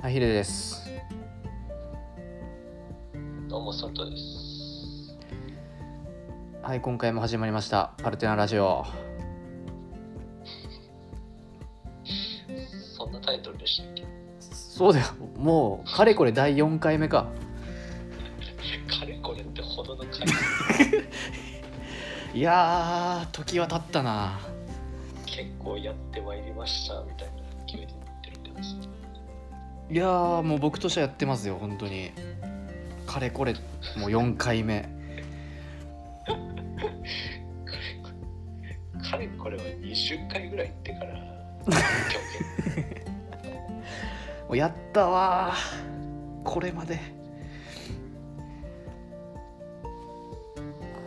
はい、ヒデです。どうも、サンタです。はい、今回も始まりました。パルテナラジオ。そんなタイトルでしたっけ そうだよ。もう、かれこれ第4回目か。かれこれってほどの回いやー、時は経ったな。結構やってまいりましたみたいな急に言ってるんですね。いやー、もう僕としてはやってますよ、本当に。かれこれ、もう4回目。かれこれは20回ぐらい行ってから、狂もうやったわー。これまで。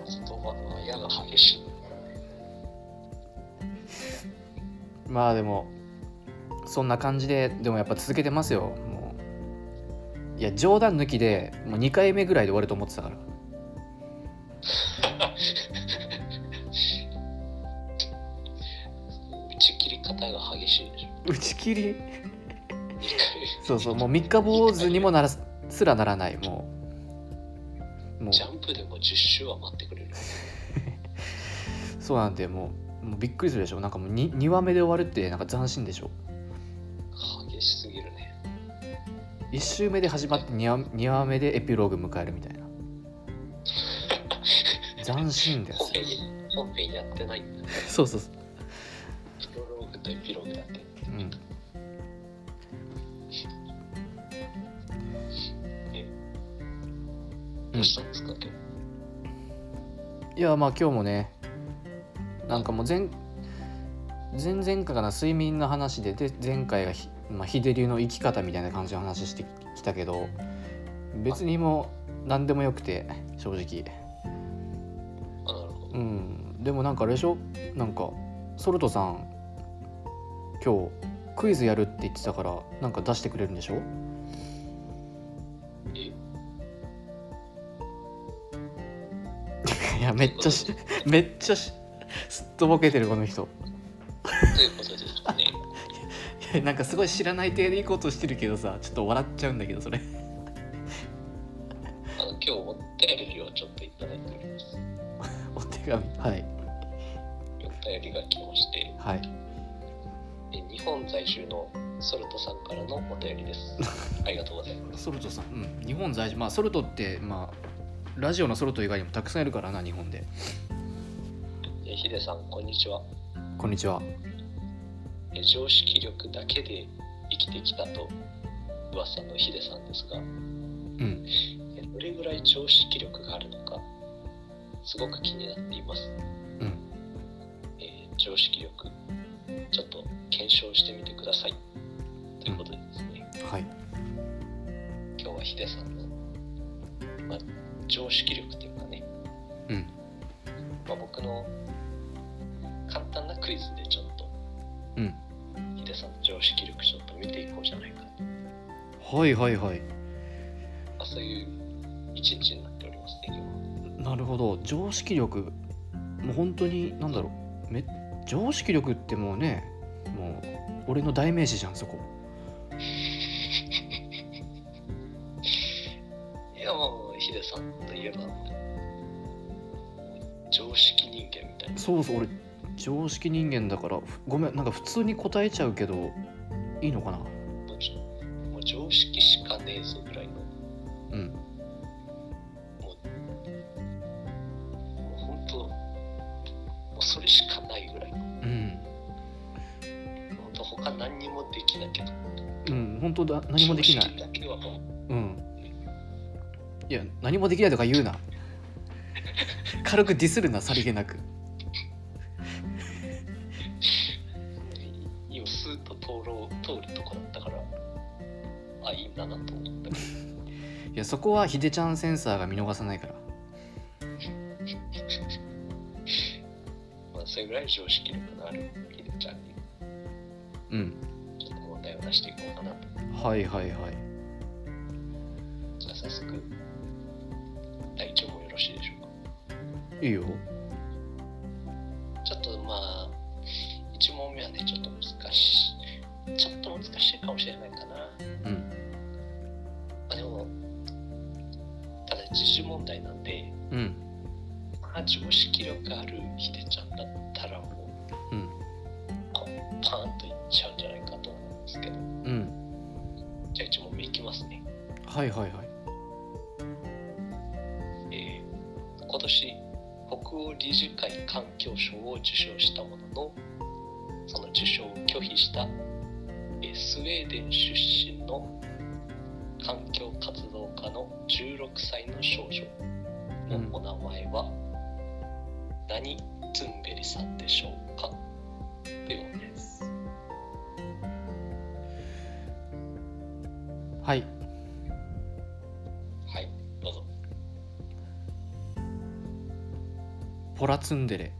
言葉のあやが激しい。まあでも、そんな感じで、でもやっぱ続けてますよ、もう。いや、冗談抜きで、もう2回目ぐらいで終わると思ってたから。打ち切り方が激しいでしょ。打ち切り二回そうそうもう三日坊主にもならすすらならないもうもうジャンプでも10周は待ってくれる。そうなんでもうもうびっくりするでしょなんかもう 2, 話目で終わるってなんか斬新でしょ激しすぎるね。 1周目で始まって 2, 話2話目でエピローグ迎えるみたいな斬新で本すよ編本編やってないんだ。そうそうそうプロローグとエピローグだって。うんどうしたんですか、今日。いやまあ今日もねなんかもう前前々回かな睡眠の話でで前回がひ、まあ、ヒデ流の生き方みたいな感じの話してきたけど別にもう何でもよくて正直あ、なるほうど。んでもなんかあれでしょなんかソルトさん今日クイズやるって言ってたからなんか出してくれるんでしょ えいやめっちゃしめっちゃしすっとぼけてるこの人ということでですね。いやなんかすごい知らない体でいいことしてるけどさちょっと笑っちゃうんだけどそれあの今日お便りをちょっといただいております。お手紙はいお便りが来まして、はいえ日本在住のソルトさんからのお便りです。ありがとうございます。ソルトさん、うん、日本在住まあソルトってまあラジオのソルト以外にもたくさんいるからな日本でえヒデさん、こんにちは。こんにちはえ常識力だけで生きてきたと噂のヒデさんですが、うんえどれぐらい常識力があるのか、すごく気になっています。うんえー常識力、ちょっと検証してみてください。ということでですね。はい今日はヒデさんの、まあ、常識力というかね、うんまあ、僕の簡単なクイズでちょっとうんヒデさんの常識力ちょっと見ていこうじゃないかと、はいはいはいまあ、そういう一日になっておりますね今なるほど常識力もう本当になんだろうめ常識力ってもうねもう俺の代名詞じゃんそこいやまあもうヒデさんといえば常識人間みたいなそうそう俺常識人間だからふごめんなんか普通に答えちゃうけどいいのかなもうじもう常識しかねえぞぐらいのもうんう本当もうそれしかないぐらいうん本当他何にもできないけどうん本当だ何もできな常い識だけはもううんいや何もできないとか言うな 軽くディスるなさりげなく今スーッと通ろう通るとこだったからあいいんだなと思ったいけやそこはヒデちゃんセンサーが見逃さないからど、まあ、それぐらい常識力のあるひでちゃんにうんちょっと問題を出していこうかなとはいはいはいじゃあ早速体調もよろしいでしょういいよかちょっとまあ1問目はねちょっと難しいちょっと難しいかもしれないかなうん時問題なんで、うんまあ、常識力あるヒデちゃんだったらもううんこうパーンといっちゃうんじゃないかと思うんですけどうんじゃあ1問目いきますね、はいはいはいえー今年北欧理事会環境賞を受賞したもののその受賞を拒否した、えースウェーデン出身の環境活動家の16歳の少女うんのお名前は何ツンベリさんでしょうかというものです。はいはい、どうぞ。ポラツンデレ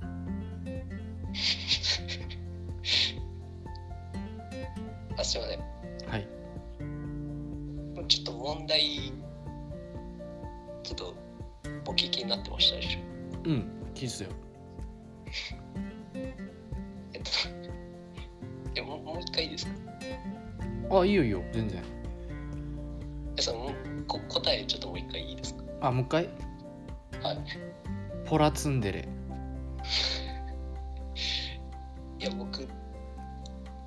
あ、すいません。はいちょっと問題、ちょっとお聞きになってましたでしょ。うん気づよえっと、えもうもう一回いいですかあいいよいいよ全然えそのもうこ答えちょっともう一回いいですかあもう一回はい。ポラツンデレいや、僕、何ト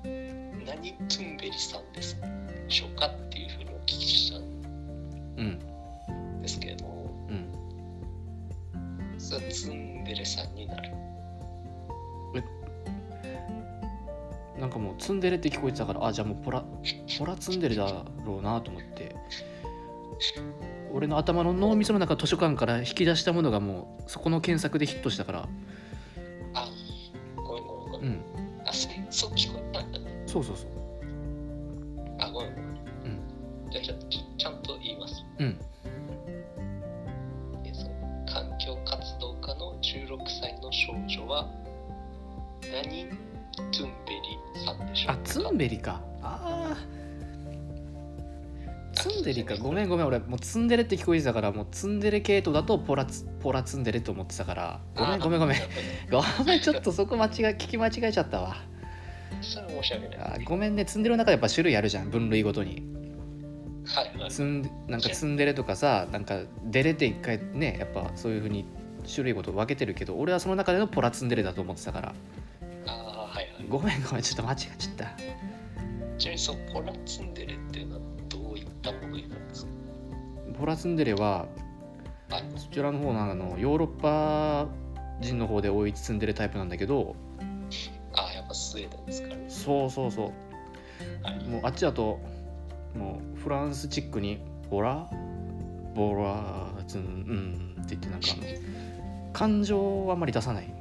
ゥンベリさんですでしょうかっていうふうにお聞きしたんうんですけれども、うんそれはツンベレさんになる。なんかもうツンデレって聞こえてたからあじゃあもうポラポラツンデレだろうなと思って俺の頭の脳みその中図書館から引き出したものがもうそこの検索でヒットしたからあ、ごめんごめんごうめん。んあ、そそう聞こえたんだね。そうそうそうあ、ごめんごめん。んじゃあちょっとちちゃんと言います。うんえその環境活動家の16歳の少女は何トゥンベリさんでしょうあかツンベリかあーツンデリかごめんごめん俺もうツンデレって聞こえてたからもうツンデレ系統だとポラツポラツンデレと思ってたからごめんごめんごめんあーごめんちょっとそこ間違え聞き間違えちゃったわそれは申し訳ない。あーごめんねツンデレの中でやっぱ種類あるじゃん分類ごとにはいはい。ツンなんかツンデレとかさなんかデレって一回ねやっぱそういう風に種類ごと分けてるけど俺はその中でのポラツンデレだと思ってたからあーはいはい。ごめんごめんちょっと間違えちゃったちなみにそのポラツンデレっていうのはどういったものになるんですポラツンデレはかはい。そちらの方のあのヨーロッパ人の方で多いツンデレタイプなんだけどあーやっぱスウェーデンですからね。そうそうそはうい。もうあっちだともうフランスチックに「ボラボラツンうん」って言ってなんかあの感情をあんまり出さない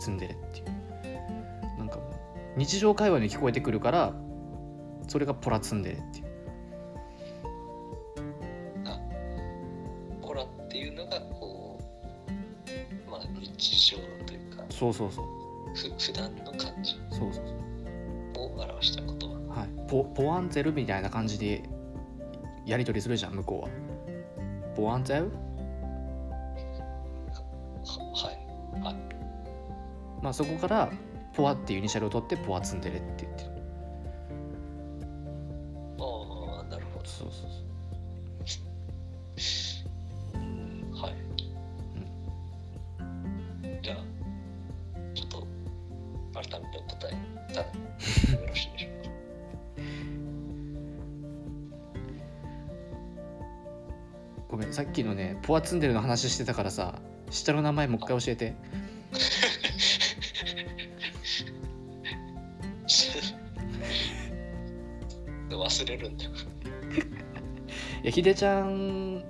ツンデレっていうなんかもう日常会話に聞こえてくるからそれがポラツンデレっていうポラっていうのがこう、まあ日常というか、そうそうそうふ普段の感じそうそうそを表した言葉。うはいポポアンゼルみたいな感じでやり取りするじゃん向こうはポアンゼルははい。まあ、そこからポアっていうイニシャルを取ってポアツンデレって言ってるああ、なるほど。そうそうそううんはい。じゃあ、ちょっと改めてお答えいただいてもよろしいでしょうか。ごめんさっきのねポアツンデレの話してたからさ下の名前もう一回教えて忘れるんだよ。いやひでちゃん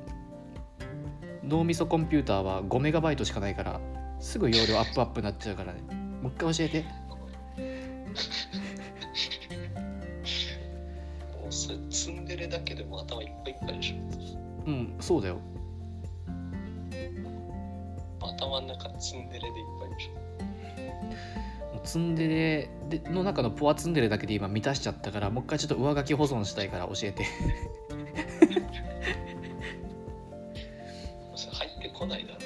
脳みそコンピューターは5メガバイトしかないからすぐ容量アップアップになっちゃうからねもう一回教えてもうそれツンデレだけでも頭いっぱいいっぱいでしうんそうだよょ。頭の中ツンデレでいっぱいでしょ。もうツンデレでの中のポアツンデレだけで今満たしちゃったからもう一回ちょっと上書き保存したいから教えてもうそれ入ってこないだろうな。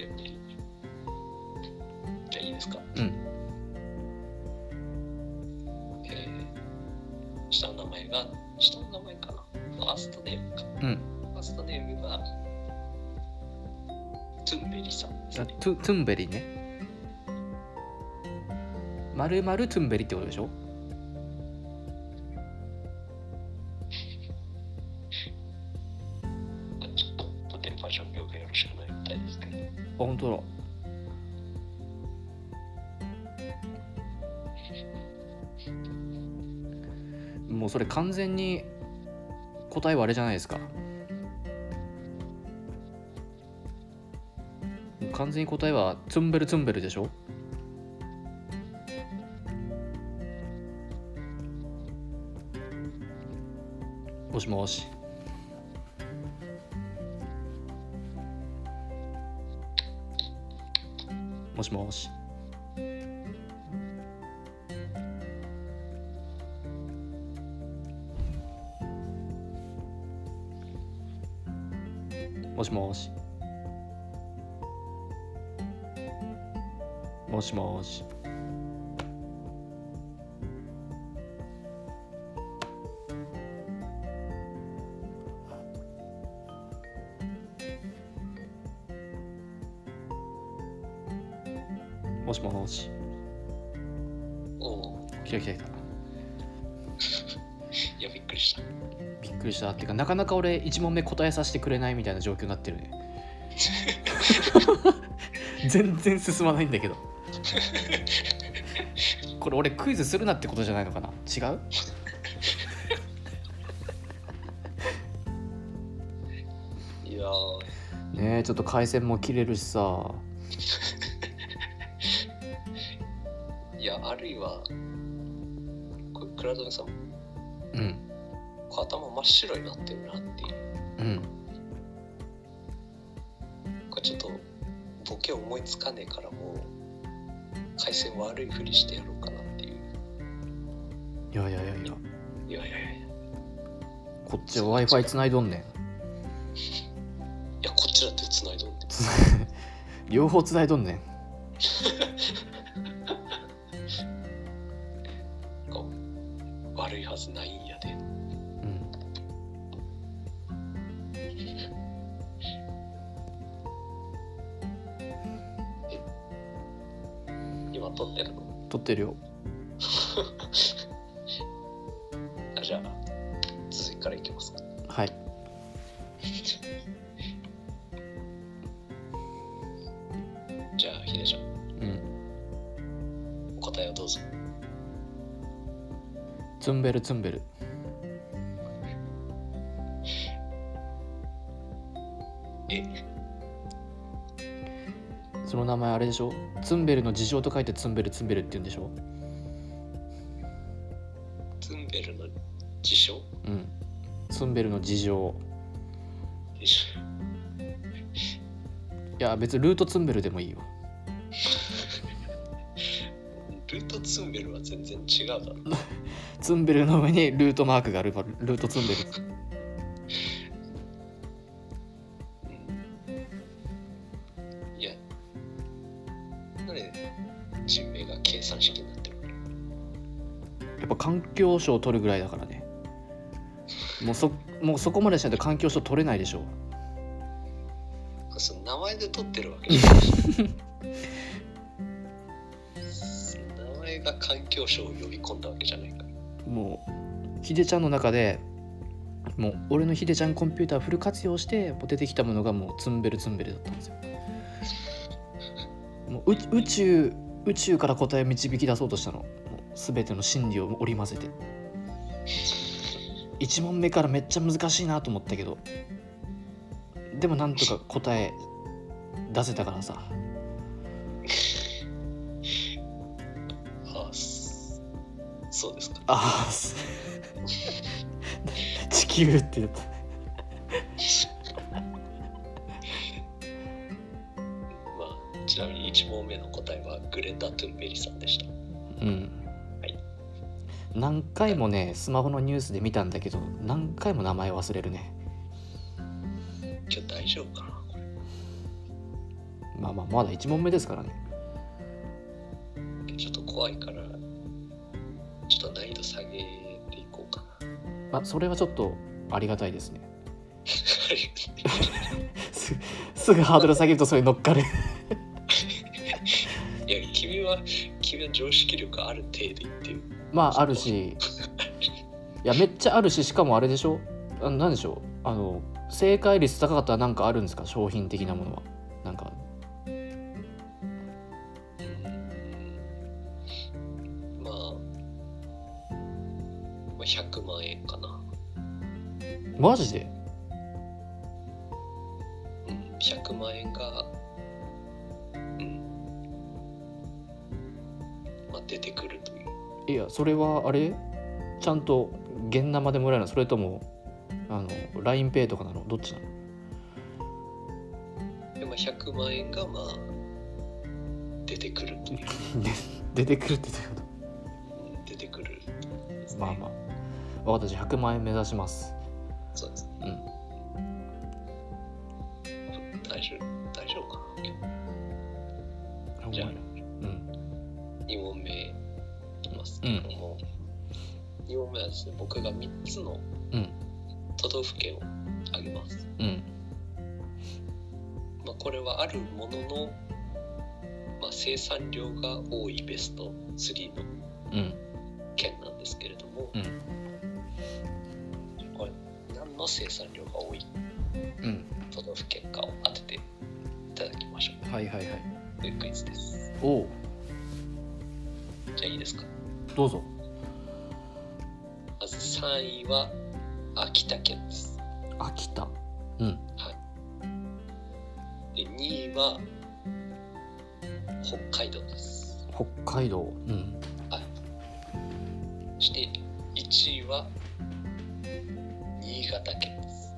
メモリーじゃあいいですか。うんえー下の名前が、下の名前かな。ファーストネームか。うんファーストネームがですあねトゥトゥンベリねまるまるトゥンベリってことでしょちょっと電波状況がよろしくないみたいですけどあ本当だもうそれ完全に答えはあれじゃないですかもう完全に答えはツンベルツンベルでしょもしもしもしもしもしもしもしもしもしもしおお来た来た来たいやびっくりしたびっくりしたっていうかなかなか俺1問目答えさせてくれないみたいな状況になって るね全然進まないんだけどこれ俺クイズするなってことじゃないのかな違ういやーねえちょっと回線も切れるしさいやあるいはこ倉富さんうんこう頭真っ白になってるなっていううんこれちょっとボケ思いつかねえからもう回線悪いふりしてやろうかなっていういやいやいやいやいやいやいやいこっちは w i f i つないどんねんやこっちだって繋いどんで両方つないどんねん悪いはずないんやでうん今撮ってるの撮ってるよあじゃあ続きからいきますかはいじゃあひでちゃんうんお答えをどうぞツンベルツンベルえその名前あれでしょツンベルの事情と書いてツンベルツンベルって言うんでしょツンベルの辞書うんツンベルの事情辞書いや別にルートツンベルでもいいよルートツンベルは全然違うだろツンベルの上にルートマークがあるからルートツンベルいやなんで人名が計算式になってるのやっぱ環境賞を取るぐらいだからねもうそもうそこまでしないと環境賞取れないでしょその名前で取ってるわけじゃ ないし名前が環境省を呼び込んだわけじゃないからもうヒデちゃんの中でもう俺のヒデちゃんコンピューターフル活用してもう出てきたものがもうツンベルツンベルだったんですよもうう宇宙宇宙から答えを導き出そうとしたのもう全ての真理を織り交ぜて1問目からめっちゃ難しいなと思ったけどでもなんとか答え出せたからさああすそうですかああす 地球って言ったまあちなみに1問目の答えはグレタ・トゥンベリさんでしたうんはい何回もねスマホのニュースで見たんだけど何回も名前忘れるね今日大丈夫かなこれまあまあまだ1問目ですからねちょっと怖いからちょっと難易度下げていこうかな まあそれはちょっとありがたいですね すすぐハードル下げるとそれ乗っかる君は君は常識力ある程度言ってるまああるしいやめっちゃあるししかもあれでしょあなんでしょうあの正解率高かったらなんかあるんですか商品的なものはなんかまあまあ100万円かなマジでうん100万円がうんまあ出てくるといういやそれはあれちゃんと現生でもらえるのそれともあの LINEPay とかなのどっちなのでまあ100万円がまあ出てくるという出てくるってどういうこうん出てくるですとねまあまあ分かったじゃあ100万円目指しますそうですねうん大丈夫大丈夫かなじじゃゃああうん2問目いきますうけんれども、2問目はですね僕が3つのうん都道府県を挙げます、うんまあ、これはあるものの、まあ、生産量が多いベスト3のうん県なんですけれども、うんこれ何の生産量が多いうん都道府県かを当てていただきましょはいはいはいうというクイズですおおじゃあいいですかどうぞまず3位は秋田県です秋田うんで2位は北海道です北海道うんそして1位は新潟県です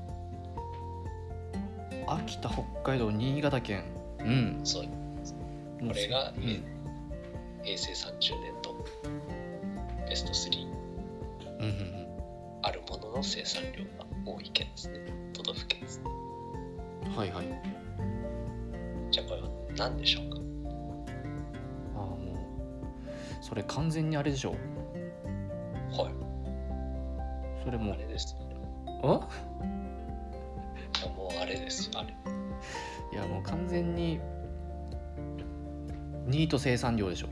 秋田北海道新潟県うんそうこれが、えー平成30年度ベスト3うんうんあるものの生産量が多い県ですね都道府県ですねうんはいはいじゃあこれは何でしょうかああもうそれ完全にあれでしょはいそれもあれですうんあもうあれですあれいやもう完全にニート生産量でしょ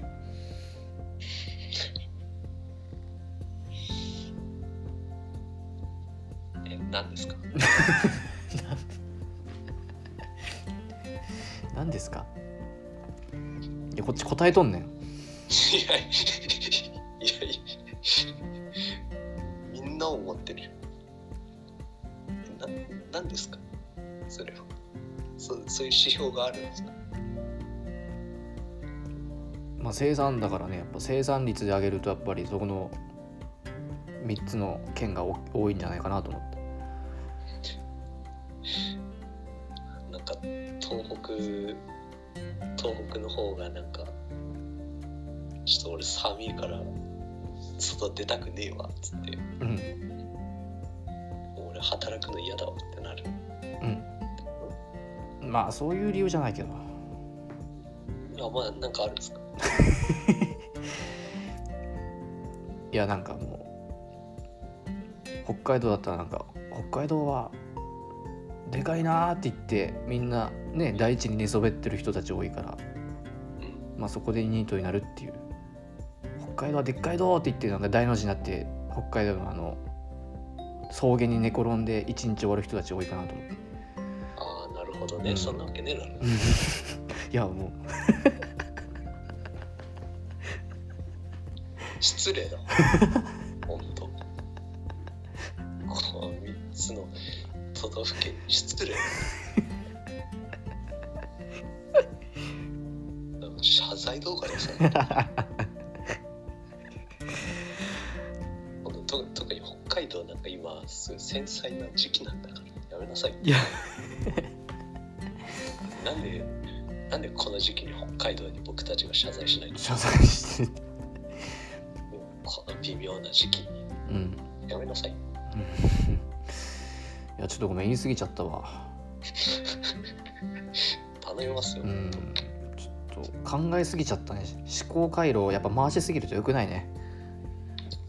え何ですか何ですかいやこっち答えとんねんいやいやいやみんな思ってるよな何ですかそれはそそういう指標があるんですかまあ生産だからねやっぱ生産率で上げるとやっぱりそこの3つの県がお多いんじゃないかなと思ってなんか東北東北の方がなんかちょっと俺寒いから外出たくねえわっつってうん俺働くの嫌だわってなるうんまあそういう理由じゃないけどあまあなんかあるんですかいやなんかもう北海道だったらなんか北海道はでかいなーって言ってみんなね大地に寝そべってる人たち多いから、まあ、そこでニートになるっていう北海道はでっかいどーって言ってなんか大の字になって北海道のあの草原に寝転んで一日終わる人たち多いかなと思ってああなるほどね、うんそんなわけねえだろいやも失礼 だ本当この3つの都道府県失礼謝罪動画 でさほんとと特に北海道なんか今すごい繊細な時期なんだからやめなさいういやなんでなんでこの時期に北海道に僕たちが謝罪しないと謝罪してるこの微妙な時期にうん やめなさいうんいやちょっとごめん言い過ぎちゃったわ頼みますよ、うんちょっと考えすぎちゃったね思考回路をやっぱ回しすぎるとよくないね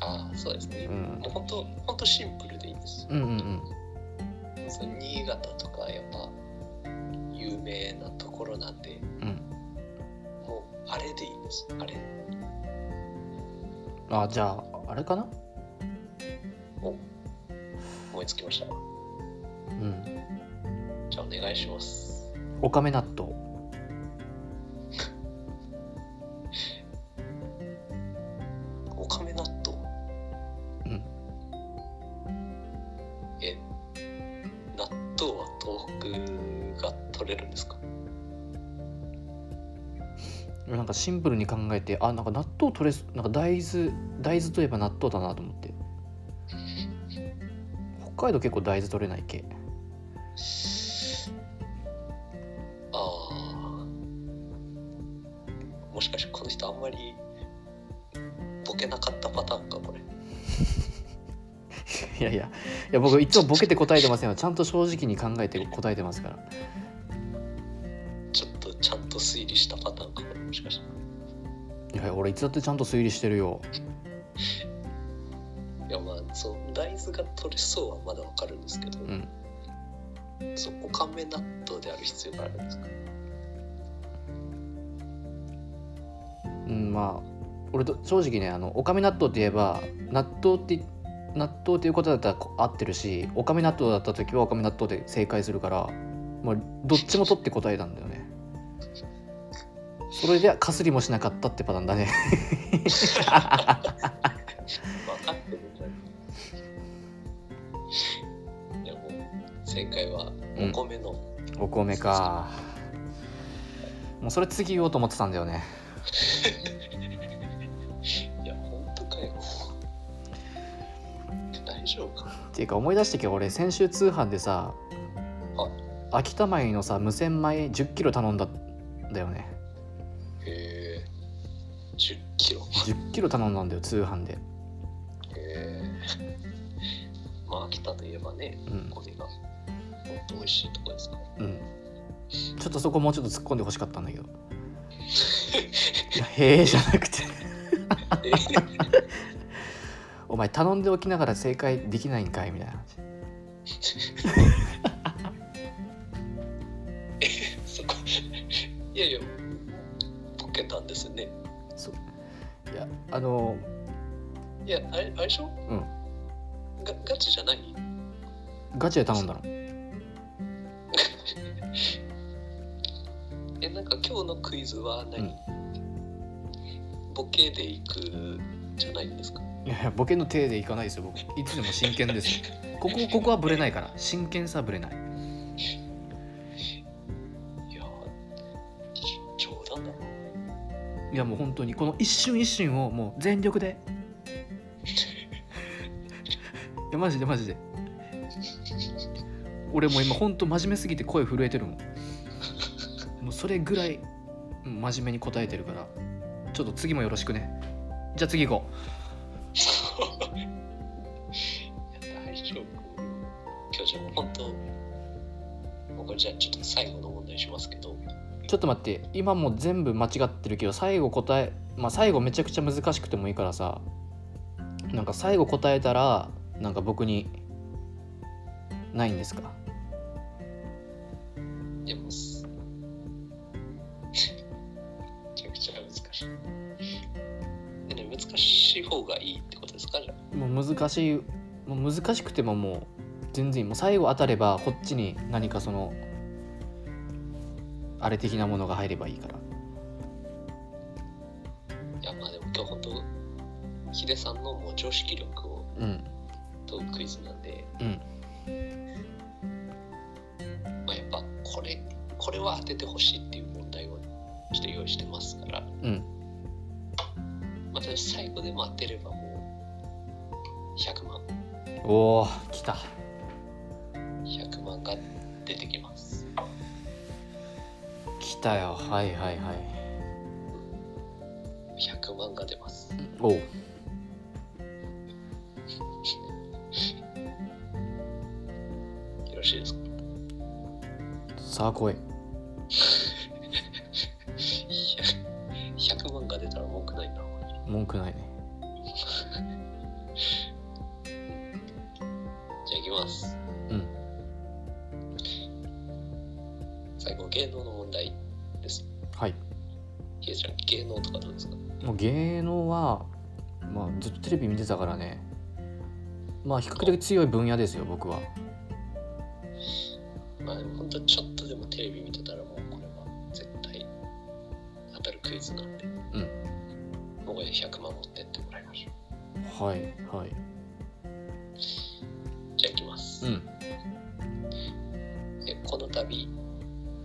ああそうですね、うんもう本当本当シンプルでいいです。うんうんその新潟とかやっぱ有名なところなんで、うんもうあれでいいですあれあじゃああれかなを思いつきましたうんじゃあお願いしますおかめ納豆おかめ納豆うんえ納豆は東北が取れるんですかなんかシンプルに考えてあなんか納豆取れそなんか大豆大豆といえば納豆だなと思って北海道結構大豆取れない系ああもしかしてこの人あんまりボケなかったパターンかこれいやいやいや僕いつもボケて答えてませんよちゃんと正直に考えて答えてますからちょっとちゃんと推理したパターンかこれもしかしいてや俺いつだってちゃんと推理してるよいやまあそう大豆が取れそうはまだわかるんですけど、うんそうおかめ納豆である必要があるんですかうんまあ俺と正直ねあのおかめ納豆って言えば納豆って納豆っていうことだったらこ合ってるしおかめ納豆だった時はおかめ納豆で正解するからもうどっちも取って答えたんだよねそれでかすりもしなかったってパターンだね 分かってるんじゃないいやもう正解はうんお米の、お米かもうそれ次言おうと思ってたんだよねいや本当かよ大丈夫かっていうか思い出してきた俺先週通販でさはい秋田米のさ無洗米1 0キロ頼んだんだよねへえ10キロ1 0キロ頼んだんだよ通販でへえまあ秋田といえばねうんこれが本当美味しいとこですからうんちょっとそこもうちょっと突っ込んでほしかったんだけどいやへえじゃなくて えお前頼んでおきながら正解できないんかいみたいな話そこいやいやボケたんですよねいやあのいやあれあれでしょうんがガチじゃないガチで頼んだのえなんか今日のクイズは何、ボケでいくじゃないんですかいやいやボケの手でいかないですよ僕いつでも真剣ですよここここはブレないから真剣さはブレないいやじ冗談だろいやもう本当にこの一瞬一瞬をもう全力でいやマジでマジで俺もう今本当真面目すぎて声震えてるもんもうそれぐらいうん真面目に答えてるからちょっと次もよろしくねじゃあ次行こいや大丈夫今日じゃあ本当もうこれじゃあちょっと最後の問題しますけどうちょっと待って今もう全部間違ってるけど最後答えまあ最後めちゃくちゃ難しくてもいいからさなんか最後答えたらなんか僕にないんですかでもすめちゃくちゃ難しいえでも難しい方がいいってことですかじゃあもう難しいもう難しくてももう全然いいもう最後当たればこっちに何かそのあれ的なものが入ればいいからいやまあでも今日本当ヒデさんのもう常識力をうん問うクイズなんで、うんまあ、やっぱこれこれは当ててほしいっていう問題をちょっと用意してますからうんまた最後でも当てればもう100万おお来た100万が出てきます来たよはいはいはい100万が出ますおうよろしいですかさあ来いいや100万が出たら文句ないな文句ないねじゃあいきますうん最後芸能の問題ですはいヒデじゃん芸能とかどうですかもう芸能は、まあ、ずっとテレビ見てたからねまあ比較的強い分野ですよ僕はまあでも本当ちょっとでもテレビ見てたらもうこれは絶対当たるクイズなんで、うん、ここで100万持ってってもらいましょうはいはいじゃあいきます、うんえこの度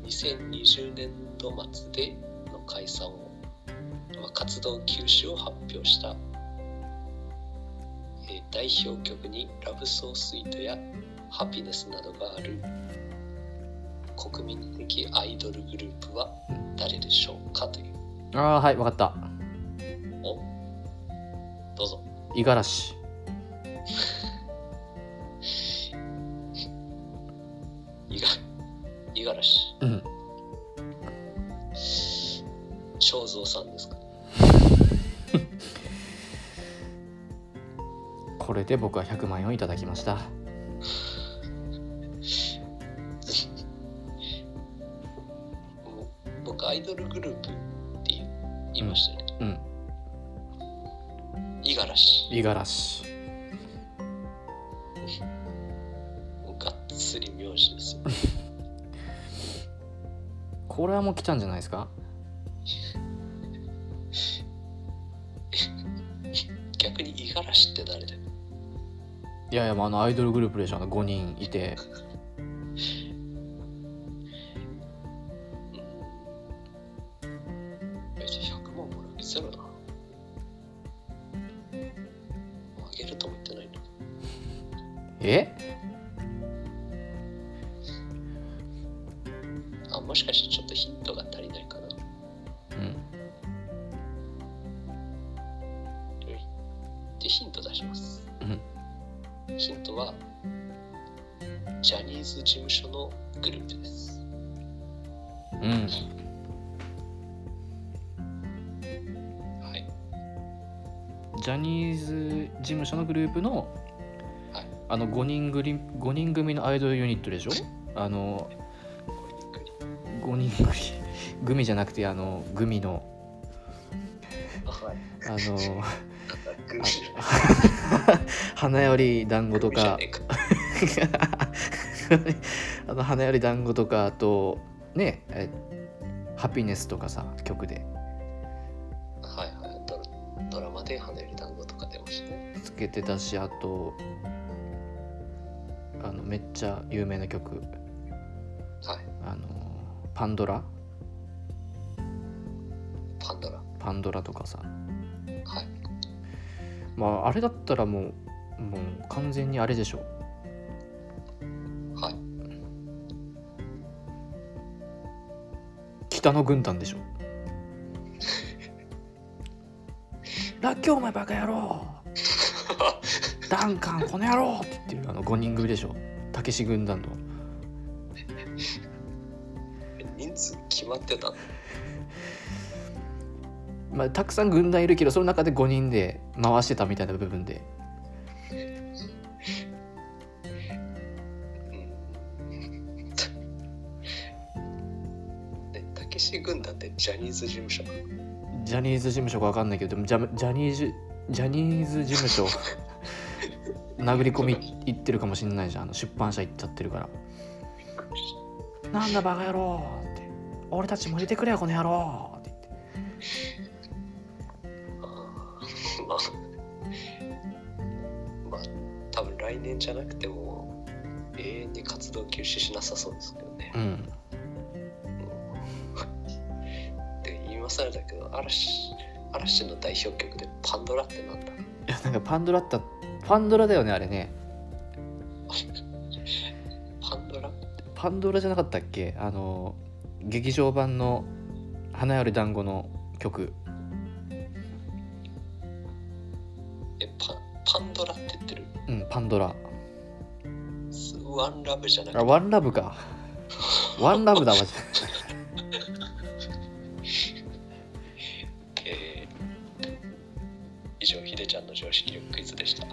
2020年度末での解散を、まあ、活動休止を発表した、えー代表曲に「ラブソースイート」や「ハピネス」などがある国民的アイドルグループは誰でしょうかというああはい分かったおどうぞ五十嵐いが五十嵐うん正蔵さんですかこれで僕は100万円をいただきましたもう僕アイドルグループって言う言いましたよねうん五十嵐五十嵐もうがっつり名字ですよこれはもう来たんじゃないですか逆に五十嵐って誰だよいやいやもうあのアイドルグループでしょあの5人いてえじゃあ100万もらう気ゼロだなあげるとも言ってないんだえあもしかしてちょっとヒントが足りないかなうんでヒント出します、ヒントはジャニーズ事務所のグループですうんはいジャニーズ事務所のグループのはいあの5人組5人組のアイドルユニットでしょあのこれびっくり5人組グミじゃなくてあのグミのはいあのグミじゃない花より団子とグミじゃ かねえかあの花より団子とかあとねえハピネスとかさ曲ではいはいドラドラマで花より団子とか出ましたねつけてたしあとあのめっちゃ有名な曲はいあのパンドラパンドラはパンドラとかさいまああれだったらもうもう完全にあれでしょはい北の軍団 でしょラッキョお前バカ野 郎ダンカンこの野郎って言ってるあの5人組でしょたけし軍団の人数決まってたのまあたくさん軍団いるけどその中で5人で回してたみたいな部分で えたけし軍団ってジャニーズ事務所なのジャニーズ事務所か分かんないけどでもジャジャニーズジャニーズ事務 所殴り込み行ってるかもしんないじゃんあの出版社行っちゃってるからなんだバカ野郎って俺たちも入れてくれよこの野郎って言ってあーまあまあ多分来年じゃなくても永遠に活動休止しなさそうですけどねうんで今更だけど嵐嵐の代表曲で「パンドラ」ってなんだいやなんかパンドラったパンドラだよねあれねパンドラパンドラじゃなかったっけあの劇場版の「花より団子の曲えパパンドラって言ってるうんパンドラすワンラブじゃなくあてワンラブかワンラブだわえー以上、ひでちゃんの常識力クイズでした。